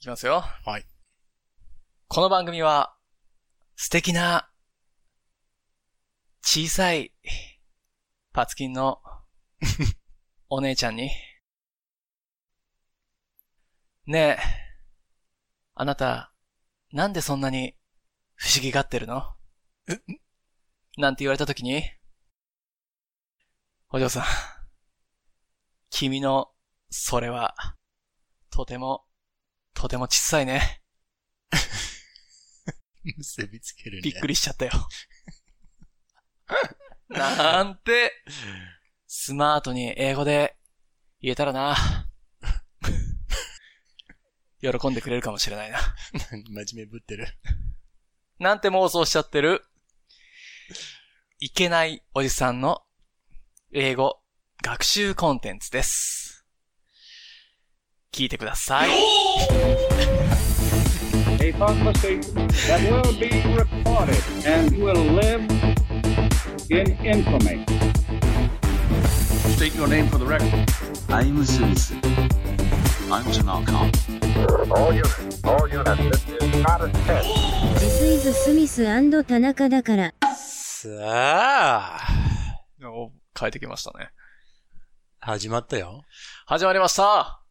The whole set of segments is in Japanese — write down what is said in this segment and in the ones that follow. いきますよ。はい。この番組は、素敵な、小さい、パツキン の、お姉ちゃんに、ねえ、あなた、なんでそんなに、不思議がってるのえなんて言われたときに、お嬢さん、君の、それは、とても、とても小さいね。結びつけるね。びっくりしちゃったよ。 なんて、スマートに英語で言えたらな。喜んでくれるかもしれないな。真面目ぶってる。なんて妄想しちゃってる。いけないおじさんの英語学習コンテンツです。聞いてください。 a conversation that will be recorded and will live in infamy. State your name for the record. I'm Zeus. I'm Jamal Khan. All units, all units, this is not a test. ジスイズ・スミス田中だから。さあ、お変えてきましたね。始まったよ。始まりました。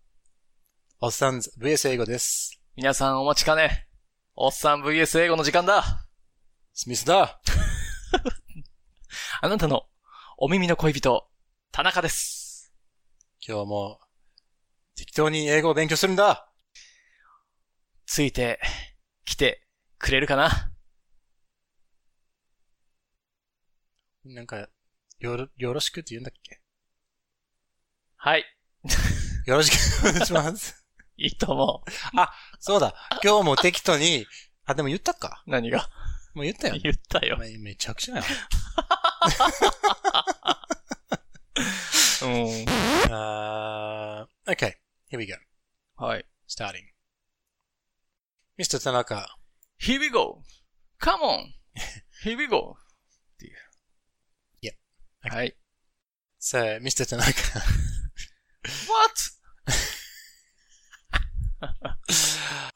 おっさんず VS 英語です。皆さんお待ちかね。おっさん VS 英語の時間だ。スミスだ。あなたのお耳の恋人、田中です。今日も、適当に英語を勉強するんだ。ついてきてくれるかななんか、よろ、よろしくって言うんだっけはい。よろしくお願いします。いいと思う。そうだ。今日も適当に、あ、でも言ったか。何がもう言ったよね。 言ったよ。めめちゃくちゃやん。うん。 Uh, okay, here we go. はい。 Starting. Mr. Tanaka, Here we go!Come on!Here we go! っていう。 Yeah. はい。 so Mr. Tanaka,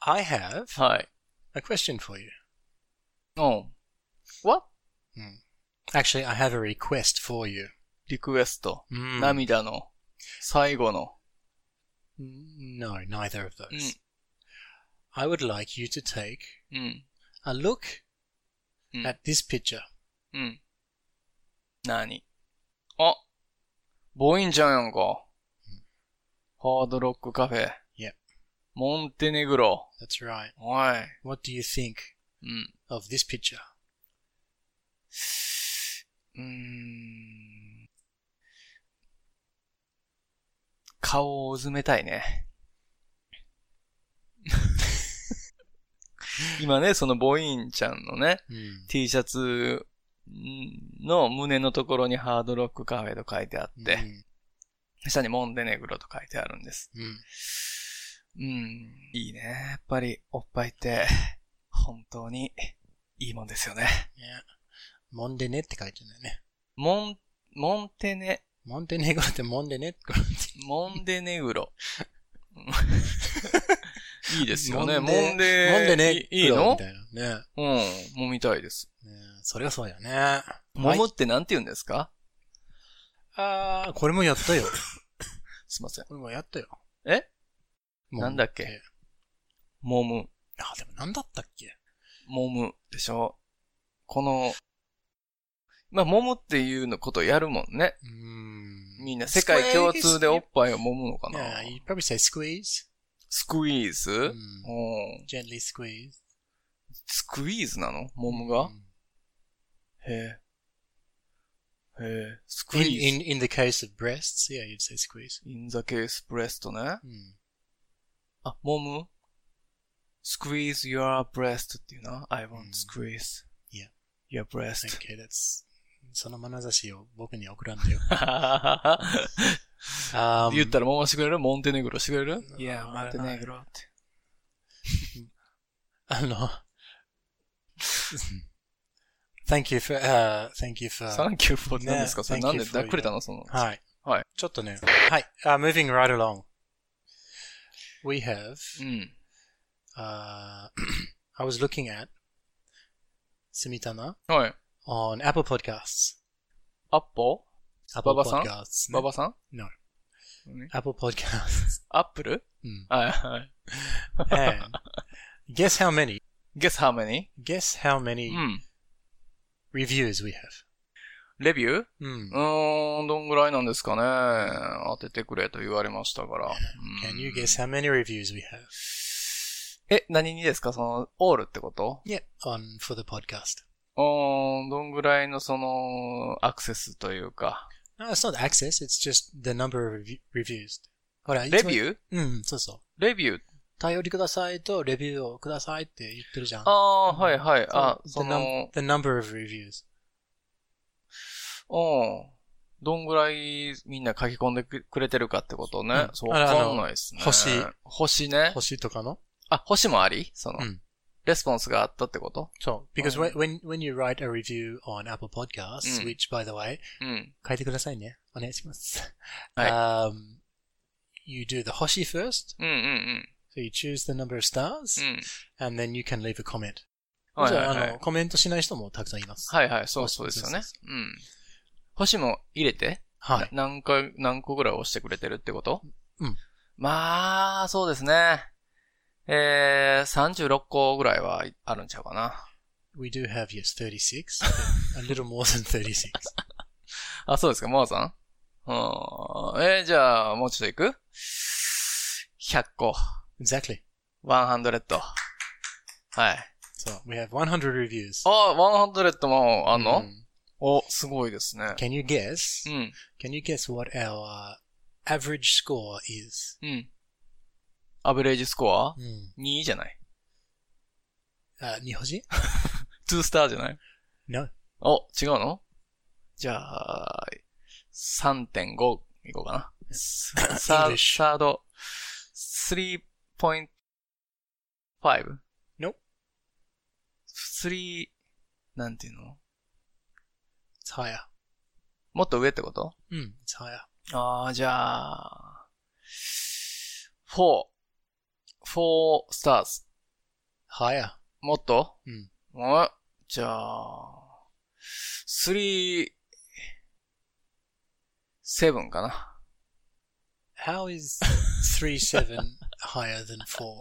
I have What? はい。 a question for you. うん。What? Actually, I have a request for you. リクエスト。 Mm. 涙の最後の。 No, neither of those. Mm. I would like you to take うん。 a look Mm. at this picture. うん。なにあ、ボインじゃんやんか。ハードロックカフェ。いやモンテネグロ。 That's right. おい。 What do you think うん。 of this picture? うーん。顔をうずめたい ね。今ね、そのボインちゃんのね、 Mm. T シャツの胸のところにハードロックカフェと書いてあって、 Mm. 下にモンテネグロと書いてあるんです。 Mm. うん、いいね。やっぱり、おっぱいって、 本当に、いいもんですよね。 Yeah. モンデネって書いてんだよね。モン、モンテネ、モンテ ネグロってモン デネってモンデネグロ。いいですよね。モモンデンデ、モンデネいいいグロのみたいな。ね。うん、もみたいです。ねそれはそうだよね。もむはいってなんて言うんですかあーこれもやったよ。 すいません。これもやったよ。えも Eh? うなんだっけもむ。あ、でもなんだったっけもむでしょ。この、まあ、もむっていうのことをやるもんね。うーん。みんな世界共通でおっぱいを揉むのかな Yeah, you'd probably say squeeze. スクイーズ、 Mm. おー Gently squeeze. スクイーズなの揉むが、 Mm. へえ。へえ。スクイ In, ーズ。in, in, in the case of breasts, yeah, you'd say squeeze. the case breast ね。 Mm. あ、揉む squeeze your breast っていうな。I うん want squeeze Yeah. your breast. Okay, that's... その眼差しを僕に送らんでよ。Um, 言ったら揉ましてくれるモンテネグロしてくれるいやモンテネグロって。あの、thank you for, uh, thank you for, サンキューフォーって何ですか、ねそれ Thank なんで you for だっくれたのその。はい。はい。ちょっとね。はい。Uh, moving right along. We have うん。 uh, I was looking at Sumitana はい。 on Apple Podcasts. アッポ Apple 馬場さん？ Podcasts. 馬場さん No. 何 Apple Podcasts. アップル Mm. はいはい。 And guess how many? Guess how many? Guess how う many ん。 reviews we have. レビュー Mm. うーん、どんぐらいなんですかね。当ててくれと言われましたから。うん Can you guess how many reviews we have? え、何にですかその、オールってこと Yeah, on for the podcast. うーん、どんぐらいのその、アクセスというか。 No, it's not access. It's just the number of rev- reviews. ほら、レビューうん、そうそう。レビュー頼りくださいと、レビューをくださいって言ってるじゃん。ああー、はいはい。あ、そそう the, num- の、 the number of reviews. うん。どんぐらいみんな書き込んでくれてるかってことねう。んそう、あれあわのかんないですね。星。星ね。星とかのあ、星もありそのうん、レスポンスがあったってことそう。because うん when, when, when you write a review on Apple Podcasts,、うん which by the way, うん。書いてくださいね。お願いします。はい Um, you do the 星 first, うんうんうん。 so you choose the number of stars, うん。 and then you can leave a comment. はいじはいゃあ、はあの、い。コメントしない人もたくさんいます。はいはい、そうそうですよねそう。うん。星も入れてはい。何回、何個ぐらい押してくれてるってことうん。まあ、そうですね。えー、36個ぐらいはあるんちゃうかな。 We do have, yes, 36, but a little more than 36. あ、そうですか、モアさんうん。えーじゃあ、もうちょっといく ?100 個。 Exactly. 100。はい。 So we have 100 reviews. Oh, あ、100もあんの、 Mm. お、すごいですね。 Can you guess? うん。 Can you guess what our average score is? うん。アベレージスコア Mm. ?2 じゃない Uh, Nihoji? ?2 スターじゃない No. お、違うのじゃあ、3.5いこうかな。サ English サード、3.5? Nope. 3なんていうの It's higher. もっと上ってこと Mm, it's higher. ああ、じゃあ、4。4スターズ。 Higher. もっとうん。おいじゃあ、3、7かな。 How is 3 7 higher than 4?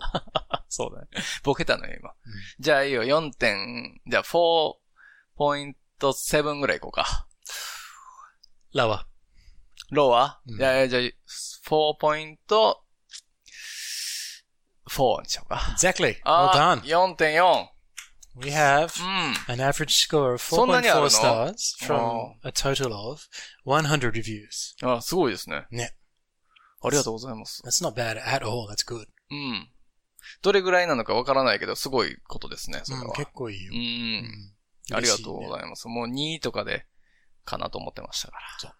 そうだね。ボケたのよ、今。じゃあいいよ、4点、じゃあ4.7ぐらい行こうか。 Lower. ローは、うんじゃあ、じゃあ、4.4にしようか。 Exactly. あ Well done. 4.4。 We have うん。 an average score of そんなにあるの？ 4.4 stars from Oh. a total of 100 reviews. あ、すごいですね。ね。ありがとうございます。 That's not bad at all. That's good. うん。どれぐらいなのかわからないけど、すごいことですね、それは。うん、結構いいよう。。うんんありがとうご嬉しいねざいます。もう2とかで、かなと思ってましたから。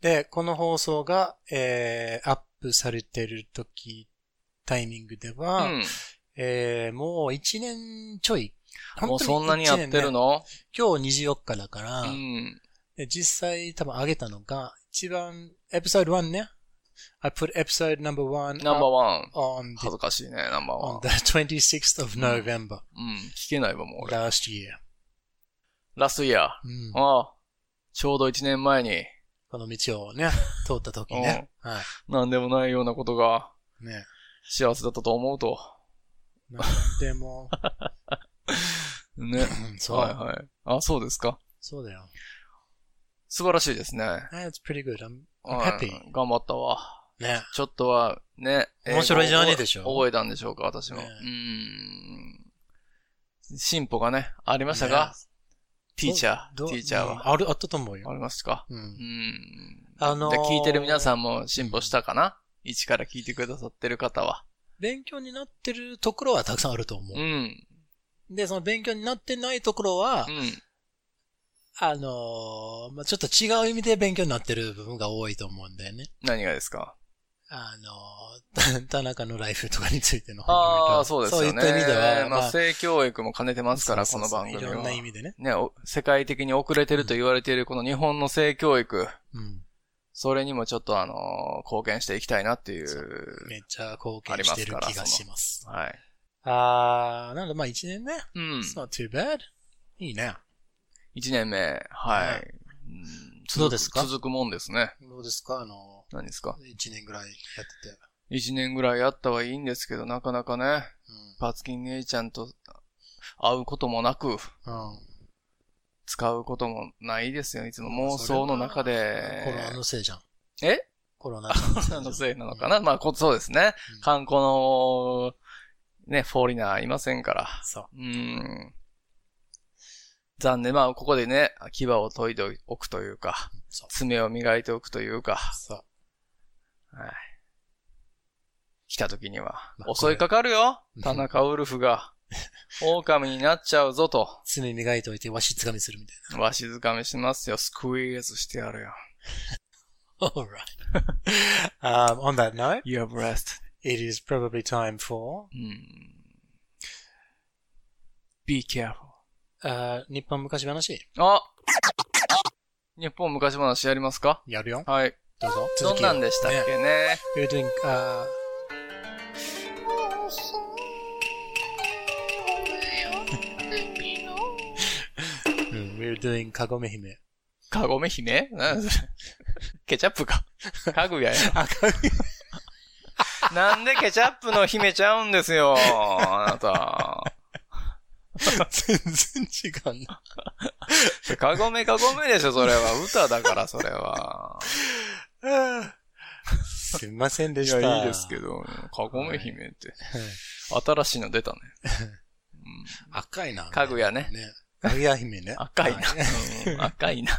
で、この放送が、えー、アップされてる時、タイミングでは、うん。えー、もう1年ちょい。もうそんなにや本っ当一年てるねの今日24日だから、うん。で実際多分上げたのが、一番、エピソード1ね。I put episode number 1ナンバーワン。 on 恥 the, ずかしいね、ナンバーワン on。the 26th of November うん、聞けないわ、もう俺。 last year. ラストイヤー。うん、ああ、ちょうど1年前に、この道を ね、通った時ね。はなんでもないようなことがい。 ね。幸せだったと思うと。なんでも、ね。うんそう、はいはい。あ、そうですか。そうだよ。素晴らしいですね。 That's pretty good. I'm, うん I'm happy. 頑張ったわ。ね。ちょっとは、ね。面白いじゃねえでしょ英語を覚えたんでしょうか、私も。うねん。進歩がね、ありましたかねティーチャー、テどうィーチャーは。うんある、あったと思うあよ。りますかう。うんん。あのーじゃあ聞いてる皆さんも進歩したかな、一から聞いてくださってる方は。勉強になってるところはたくさんあると思うん。うん。う。で、その勉強になってないところは、あのー、まあ、ちょっと違う意味で勉強になってる部分が多いと思うんだよね。何がですかあのー、田中のライフとかについての本ああ、そうですよね。そういった意味では、まあ、性教育も兼ねてますから、そこうそのうそ番う組いろんなは意。味でね。ね、お世界的に遅れてると言われているこの日本の性教育、うん。それにもちょっとあのー貢献していきたいなっていう、めっちゃ貢献してる気がします。はい。ああー、なのでまあ1年ね。うん。 It's not too bad. いいね。一年目、はい。はいうんどうですか続くもんですね。どうですかあの、何ですか1年ぐらいやってて。一年ぐらいあったはいいんですけど、なかなかね、うんパツキン姉ちゃんと会うこともなく、うん。使うこともないですよ。いつもまあ妄想の中で。コロナのせいじゃん。えコロナのコロナのせいなのかな、まあ、こそうですねうん。観光の、ね、フォーリナーいませんから。そう。うん。残念。まあ、ここでね、牙を研いでおくというか、そう爪を磨いておくというか、そう。来た時にはまあこれ、襲いかかるようん田中ウルフ が。狼になっちゃうぞと、爪磨いておいて、わしつかみするみたいわしづかみしますよ。スクイーズしてやるよ。 な。Alright. um, on that note, Your breast. it is probably time for, うん。be careful. あー日本昔話。あ日本昔話やりますかやるよ。はい。どうぞ。ど続んきをなんでしたっけね We're doing, uh, we're doing かごめ姫。かごめ姫なんそれケチャップか。かぐやや。なんでケチャップの姫ちゃうんですよ、あなた。全然違うな。かごめかごめでしょ、それは。歌だから、それは。すいませんでいした。や、いいですけど、かごめ姫って。新しいの出たね。赤いな。かぐやね。ね。かぐや姫ね。赤いなは。うん赤いな。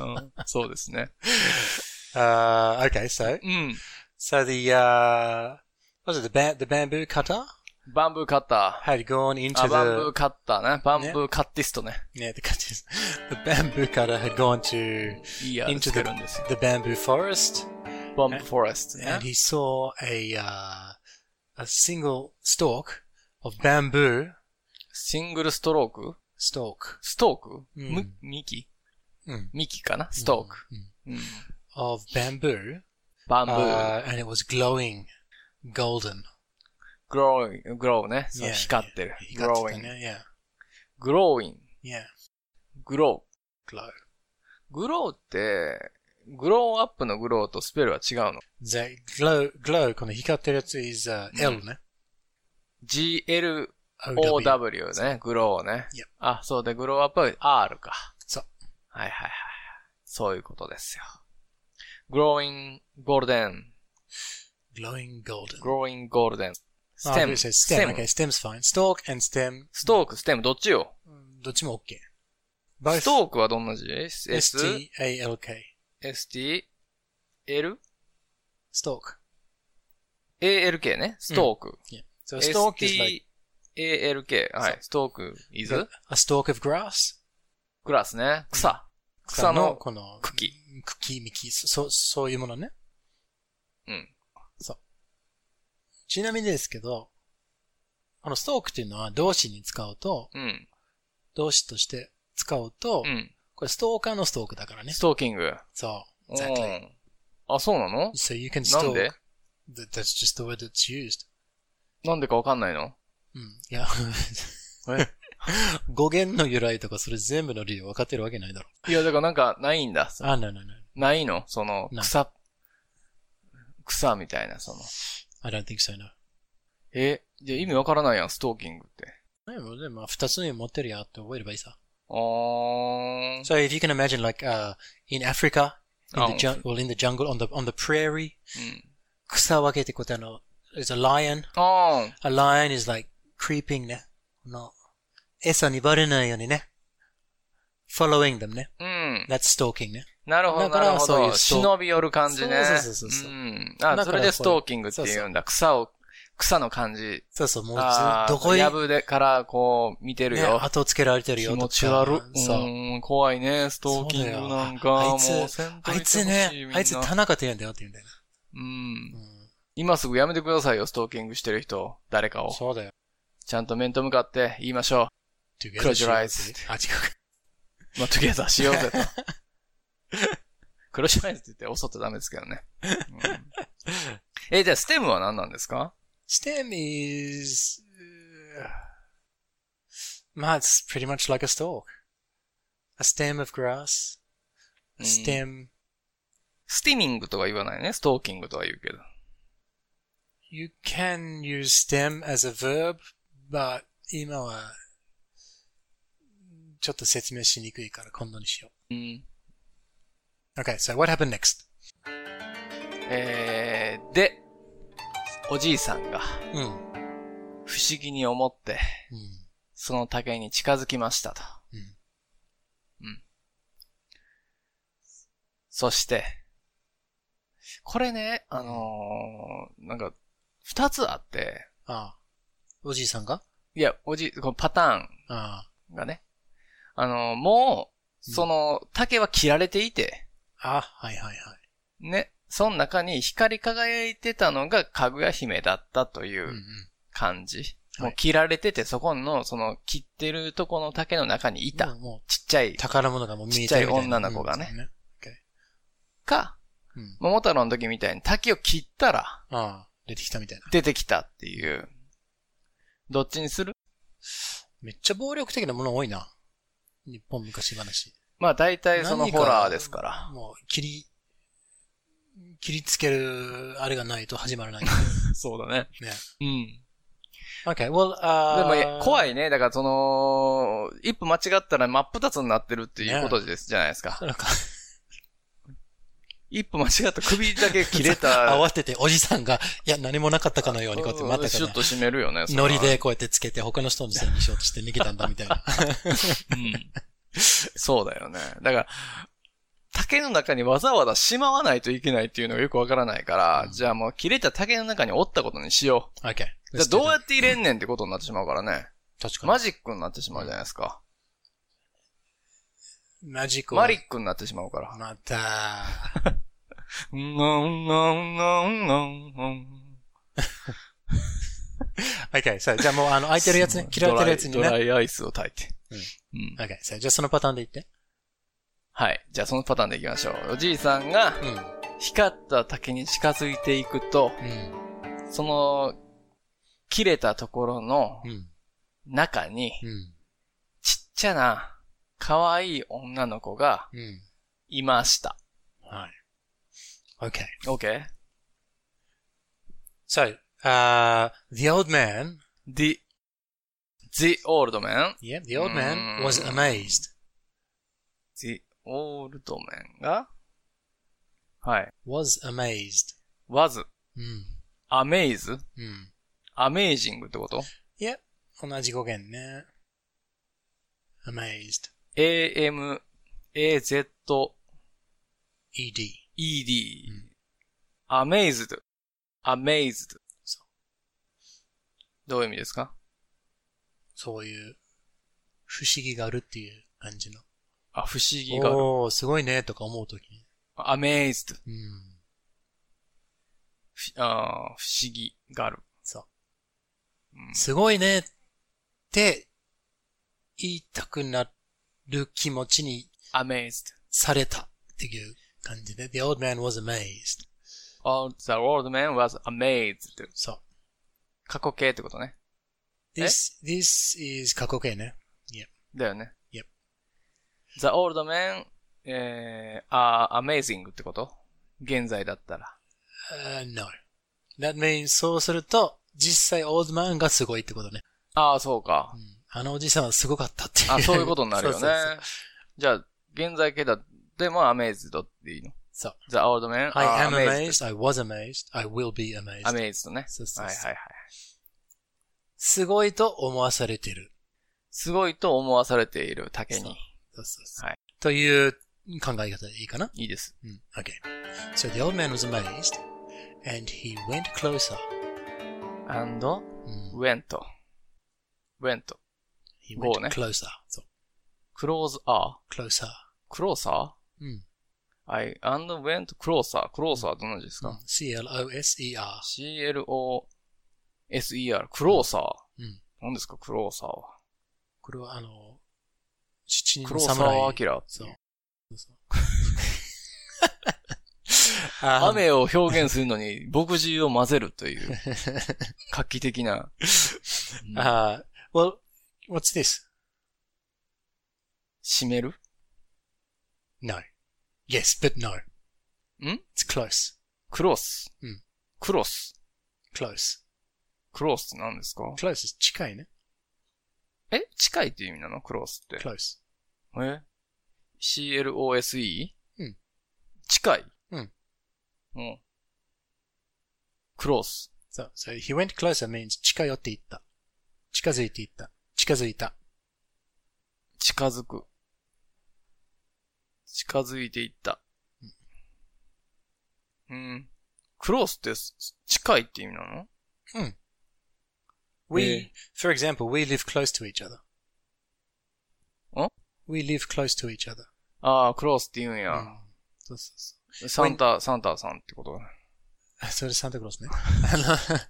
うんそうですね。 Uh, okay, so うん。 so the uh, was it the ba- the bamboo cutter バンブーカッター。 had gone into あ、バンブー the カッターね。バンブーカッティストね。 yeah the cutters the bamboo cutter had gone to いいやつ into けるんですよ。 the bamboo forest バンブーフォレストね and。he saw a uh, a single stalk of bamboo シングルストローク stalk ストーク、うんむ幹うん幹かなストーク、うん Hmm. of bamboo バンブー、 uh, and it was glowing golden グローイン、グローね。そう Yeah, 光ってる。 yeah, グローイン。光ってたね yeah グローイン。 yeah グロ glow ー。グローって、グローアップのグローとスペルは違うの。 the glow glow この光ってるやつ is、uh, L ね GLOW O W ね。グローね Yep。あ、そうで、グローアップは R か。そう。はいはいはいはい。そういうことですよ。グローイン、ゴールデン。 glowing golden グローイン、ゴールデン。ス Oh, テ but ム。 it says stem. Okay, stem's fine. Stalk and stem, ストーク、ステム、どっちよどっちも OK. ストークはどんな字 ?S、 S-T-A-L-K. ST、L、 Stalk. ALK ね。ストーク。 Yeah. So a stalk is like ST、ALK。はそい。ストーク、is a, a stalk of grass. グラスね。草。草の、この茎。茎、幹、そ、そういうものね。うん。そう。ちなみにですけど、このストークっていうのは動詞に使うと、うん。動詞として使うと、うん。これストーカーのストークだからね。ストーキング。そうう。Exactly. ん。あ、そうなの So you can なん stalk. で That- That's just the word that's used. なんでかわかんないのうん。いや、 語源の由来とかそれ全部の理由分かってるわけないだろ。いや、だからなんか、ないんだ。あ、no, no, no. ないのその、ない草、草みたいな、その。 I don't think so, no. え、じゃあ意味わからないやん、ストーキングって。でも、でも、二つに持ってるやって覚えればいいさ。あー。 So if you can imagine like, uh, in Africa, in the あ jungle, well, in the jungle, on the, on the prairie, うん。草分けってことあの、is a lion. あー。 A lion is like creeping ね。この、餌にバレないようにね。following them ね。うん。 that's stalking ね。なるほど、だかならるほそういうど。ストー忍び寄る感じね。そうそうそうそううん。だからあ、それでストーキングって言うんだ。草を、草の感じ。そうそう、もうずあ、どこへ、やぶでからこう、見てるね、よ。後をつけられてる気よとか。持ち悪。そう。うん、怖いね、ストーキングなんか。そうだよあもいうつせんとあていほしつねみん、なあいつ田中って言うんだよって言うんだようん。な。今すぐやめてくださいよ、ストーキングしてる人。誰かを。そうだよ。ちゃんと面と向かって言いましょ Together Close your she- eyes. あ、違うか。う。まあ、トゥゲザーしようぜと。 黒白いって言って襲ってダメですけどね。うんえ、じゃあ、ステムは何なんですか STEM is, uh, まあ、it's pretty much like a stalk. A stem of grass. う A ん stem. スティミングとは言わないね。ストーキングとは言うけど。 You can use stem as a verb, but 今は、ちょっと説明しにくいから今度にしようん。う。Okay, so what happened next? えー、で、おじいさんがうん。う不思議に思って、ん。その竹に近づきましたと。うんうん。そして、これね、あのーなんか、二つあって、ああ。おじいさんがいや、おじ、このパターンあがね、あのーもう、その、竹は切られていて、あ。あ、はいはいはい。ね、その中に光り輝いてたのがかぐや姫だったといううんうん。感じ。はいもう切られてて、そこの、その、切ってるとこの竹の中にいた。もうも、ちっちゃいう宝物がもう見えちってちゃいるみたな女の子がねうんか、うん。桃太郎の時みたいに竹を切ったら、ああ。出てきたみたいな。出てきたっていう。どっちにするめっちゃ暴力的なもの多いな。日本昔話。まあ大体その何かホラーですから。もう、切り、切りつける、あれがないと始ま らない。ね。そうだね。うん。 Okay, well, で uh, もえ怖いね。だからその、一歩間違ったら真っ二つになってるっていうことです、じゃないですか。なんか、一歩間違った首だけ切れ た。慌てておじさんが、いや、何もなかったかのようにこうやってまたシかュッと締めるよね。それはノリ。でこうやってつけて他の人のせいにしようとして逃げたんだみた いな。うん。そうだよね。だから、竹の中にわざわざしまわないといけないっていうのがよくわからないから、うんじゃあもう切れた竹の中に折ったことにしよう。 okay. じゃあどうやって入れんねんってことになってしまうからね。確かに。マジックになってしまうじゃないですか。マジックはマリックになってしまうから。また、うんうんうんうんうんうん。 okay, so, じゃあもうあの、空いてるやつね。切られてるやつにドライね。ドライアイスを炊いて。うん。 okay, so, じゃあそのパターンでいって。はい。じゃあそのパターンでいきましょう。おじいさんがうん。光った竹に近づいていくと、うん。その、切れたところのうん。中に、うん。ちっちゃな、可愛い女の子がうん。いました。はい。Okay. OK? So, uh, the old man, The, the old man yeah, the old man was Mm. amazed. The old man が、はい。 was amazed. was, うん。 amaze, うん。 amazing ってこと Yep. 同じ語源ね。amazed. ?am, az, ed. ed, amazed, amazed. どういう意味ですかそういう、不思議があるっていう感じの。あ、不思議がある。おー、すごいね、とか思うときに。 amazed, うん。ふあー不思議がある。すごいね、って、言いたくなる気持ちに amazed. されたっていう感じで。The old man was amazed. Oh, the old man was amazed. そう。過去形ってことね。 This, this is 過去形ね。だよね。 Yep. The old man, えー、are amazing ってこと現在だったら。 Uh, no. That means そうすると、実際オールドマンがすごいってことね。ああ、そうかう。んあのおじさんはすごかったっていう。あそういうことになるよね。 そうそうそうじゃあ、現在形だっても amazed っていいのそう。 The old man I are am amazed. amazed, I was amazed, I will be amazed. amazed ね。そうそうはそういはいはい。すごいと思わされてる。すごいと思わされている竹に。そうそうそうはいという考え方でいいかな、いいです。うん、?Okay. So the old man was amazed, and he went closer.、 and うん、 went. went. he こうね went closer. そう close are closer. closer? うん I and went closer. closer はどんな字ですか、 C-L-O-S-E-R. closer, closer. うん何ですか、クローサーは。これはあの、七人クのローサーア侍。キラ。そう。 あ雨を表現するのに、 墨汁を混ぜるという、画期的な。 Uh, well, what's this? 閉める No. Yes, but no. ん It's close. クロス。うん。クロス。 Close. クロスって何ですか Close is eh? 近いね。え近いっていう意味なのクロスって。 Close. え ?CLOSE? うん。近いうん。うん。クロス。 So, so he went closer means 近寄っていった。近づいていった。近づいた。近づく。近づいていった。うん。クロスってす近いって意味なの We, ええ for example, we live close to each other. ん We live close to each other. Mm. ああ、クロスって言うんうや。んそうそう そサンタ、サンタさんってことう。それサンタクロー スね。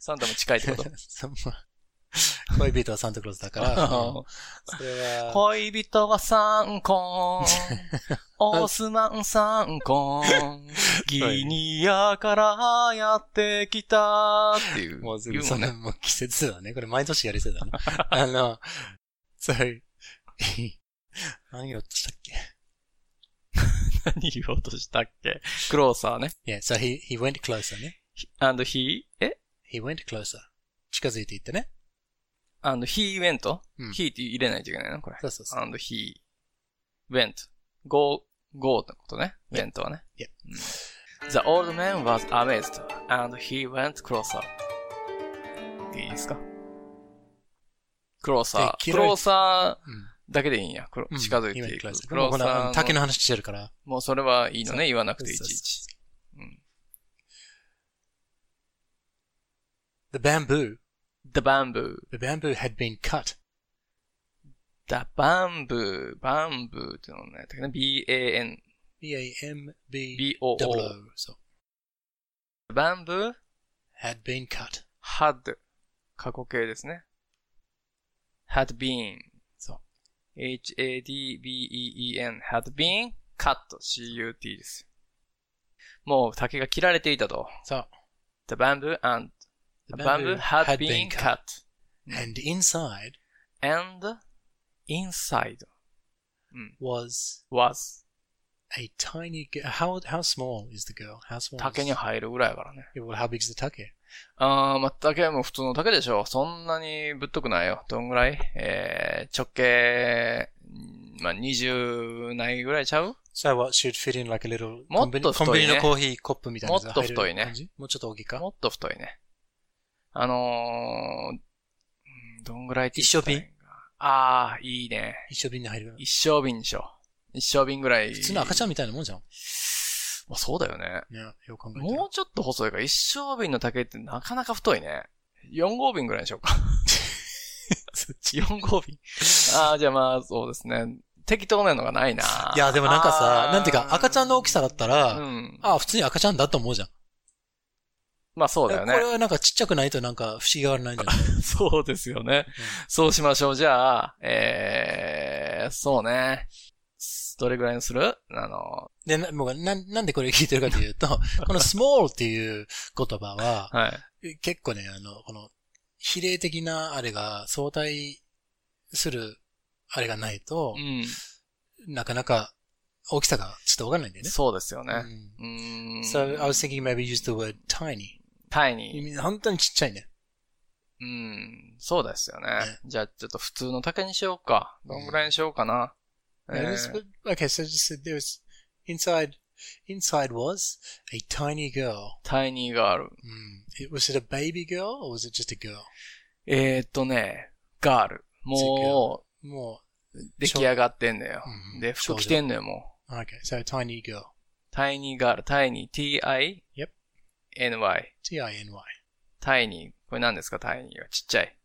サンタも近いってこ そうまあ恋人はサンタクロースだから。うんとそれは、恋人は三コン。オスマン三 コン。ギニアからやってきたっていう。もうす言ぐうもそんのね。 もう季節だね。これ毎年やりそうだね。あの、sorry. 何をしたっけ何言おうとしたっけクローサーね。 ?Yeah, so he, he went closer ね。 and he, え he went closer. 近づいていってね。 and he went?he、うん he って入れないといけないな、これ。そうそうそう。 and he went. go, go ってことね。went はね。 Yeah. うん The old man was amazed and he went closer. いいですか closer. で広い closer うんだけでいいんや。クロうん近づいてい he く。Hmm. went closer. um, もうほ closer ら、の竹の話してるから。もうそれはいいのそね。言わなくていちそうそういち。Hmm. The bamboo, The bamboo. the bamboo had been cut. The bamboo. bamboo ってのね。b-a-n. B-A-M-B-O-O. b-o-o. So, bamboo had been cut. had 過去形ですね。had been そう。 h-a-d-b-e-e-n had been cut c-u-t です。もう竹が切られていたと。 So, The bamboo and the the bamboo had been cut And inside and inside was was a tiny girl. How, how small is the girl? How small? 竹 is- に入るぐらいやからね。 Yeah, well, how big is the take? あー、まあ、竹はもう普通の竹でしょ。そんなにぶっとくないよ。どんぐらいえー、直径、んまあ、20ないぐらいちゃう So what should fit in like a little もっと太いねコンビニのコーヒーコップみたいなやつが入るもっと太いね感じもうちょっと大きいかもっと太いね。あのーうん、どんぐらいって言ったらいいんかああ、いいね。一緒瓶に入る。一生瓶にしよう。一生瓶ぐらい。普通の赤ちゃんゃんみたいなもんじゃん。まあ、そうだよね。ね、よく考えて。もうちょっと細いから、一生瓶の竹ってなかなか太いね。4号瓶ぐらいにしよう か。そっち。 4号瓶。ああ、じゃあまあ、そうですね。適当なのがないな。いや、でもなんかさあ、ーなんていうか、赤ちゃんの大きさだったら、うん。ああ、普通に赤ちゃんだと思うじゃん。まあそうだよこれね。はなんかちっちゃくないとなんか不思議がらないんじ ゃないそうですよね。そうしましょう。じゃあ、えー、そうね。どれぐらいにするあの、で、なもうな、なんでこれ聞いてるかとい うと、この small っていう言葉は、はい。結構ね、あの、この、比例的なあれが相対するあれがないとう、ん。なかなか大きさがちょっとわかんないんだよね。そうですよね。うんうーん。 So I was thinking maybe use the word tiny. タイに。本当にちっちゃいね。うん。そうですよねね。じゃあ、ちょっと普通の竹にしようか。どんぐらいにしようかな。えー Now, this- but- okay, so just said there was inside inside was a tiny girl. タイニーガール。 Mm. It, was it a baby girl or was it just a girl? えーっとね、ガール。も More う、出来上がってんだよう。んで、服着てんのよ、もう。 okay, so a tiny girl. タイニーガール、タイニー、ti, Yep. ny. T I N Y. タイニー。これ何ですかタイニーは。ちっちゃい。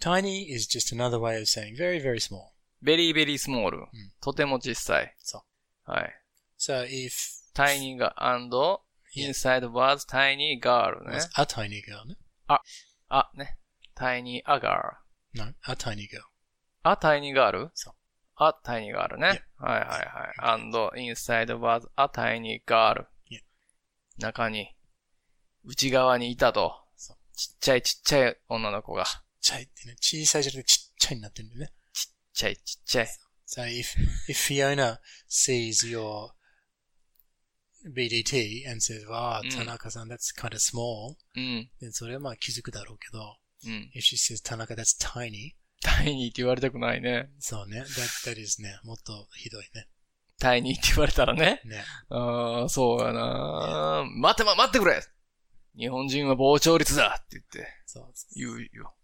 Tiny is just another way of saying very, very small. ベリーベリースモール。とても小さい。。そうはい。 So if タイニーが and Yeah. inside was tiny girl ね was。a tiny girl, no? あ、ね。tiny a girl。 No, a tiny girl. あ、tiny girl? そう。あ、tiny girl ね。はいはいはい。and inside was a tiny girl. Yeah. 中に、内側にいたとそう。ちっちゃいちっちゃい女の子が。ちっちゃいってね、小さいじゃなくてちっちゃいになってるんだよね。ちっちゃいちっちゃい。 So if, if Fiona sees your BDT and says, wow, うん田中さん that's kind of small, うん。 then それはまあ気づくだろうけど、うん。 if she says 田中 that's tiny, タイニーって言われたくないね。そうね、that, that is ね、もっとひどいね。タイニーって言われたらね。ね。ああ、そうやな。待てま、待ってくれ日本人は膨張率だって言って、そう。言うよ。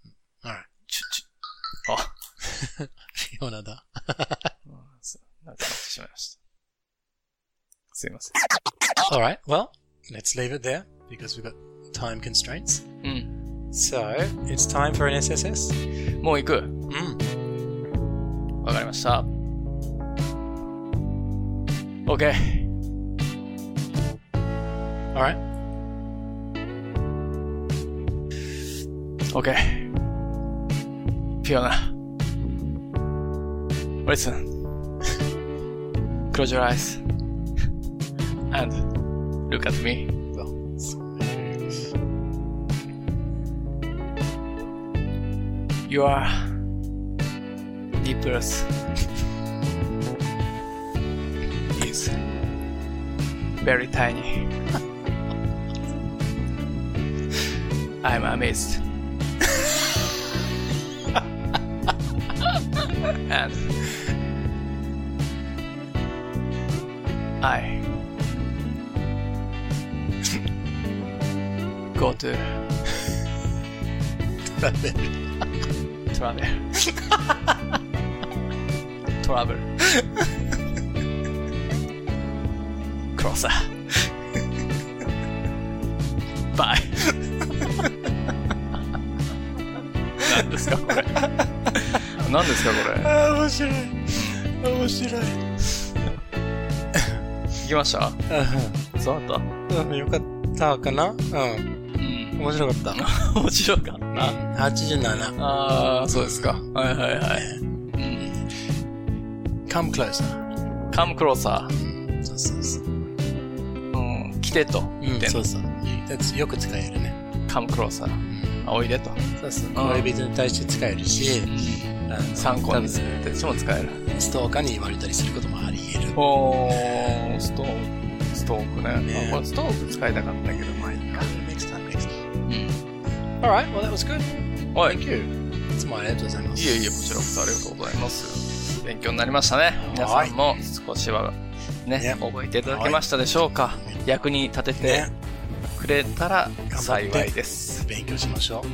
Alright. ちょ、ちょ、あ、 Fiona だ。そうなんかなってしまいました。すいませ Alright, well, let's leave it there because we've got time constraints. ん。うん。 So, it's time for an SSS. もう行く。 Mm. わかりました。OK。 Alright. OK。Fiona. Listen. Close your eyes. And look at me. You are deep breath. is very tiny. I'm amazed. and I go to travel. travel. Closer. Bye. 何ですかこれ何ですかこれああ、面白い。面白い。聞きましたそうだったうん、よかったかなうん、うん。面白かっ面白かったたな。。 87。ああ、そうですか。はいはいはい。うん。 Come closer. come closer. そうそうそう。うん。来てと。うん、でそうそう。That's- よく使えるね。 come closer. あおいでと。そうそう。恋人に対して使えるし、あの参考に多するってしても使える。分ストーカーに言われたりすることもあり得る。おー、ストーク。ストークね。ねあこれストーク使いたかったけど、まあいいか。 Next time, next time. うん。 Alright, well that was good. おい。 Thank you. いつもありがとうございます。いえいえ、こちらこそありがとうございます。勉強になりましたね。皆さんも少しはね、ね覚えていただけましたでしょうか。役に立ててね、くれたらって幸いです。勉強しましょう。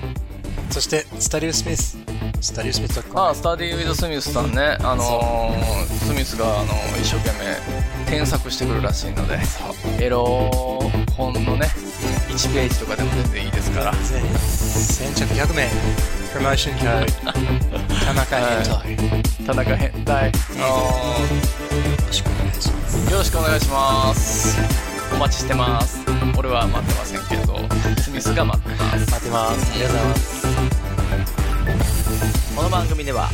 そして、スタディオスミス。スタディオスミス .com。ああ、スタディ・ウィズ・スミスさんね、あのースミスが、あのー一生懸命添削してくるらしいので、エロ本のね、1ページとかでも全然いいですから、全先着100名。プロモーションキ ャー田中ヘント。田中変態、あのーよろしくお願いします。よろしくお願いしますお待ちしてます俺は待ってませんけどスミスが待ってます待ってます。ありがとうございます。この番組では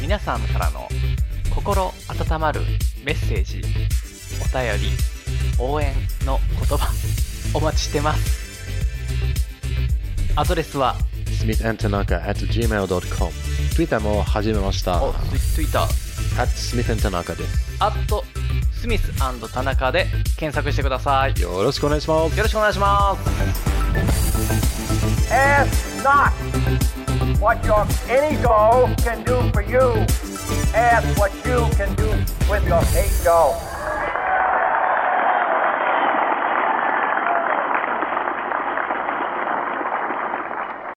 皆さんからの心温まるメッセージお便り応援の言葉お待ちしてますアドレスは smithandtanaka at gmail.com。Twitter も始めました。お Twitter at smithandtanaka でアットスミス田中で検索してくださいす。よろしくお願いします。よろしくお願いします Ask not what your any doll can do for you. Ask what you can do with your hate doll.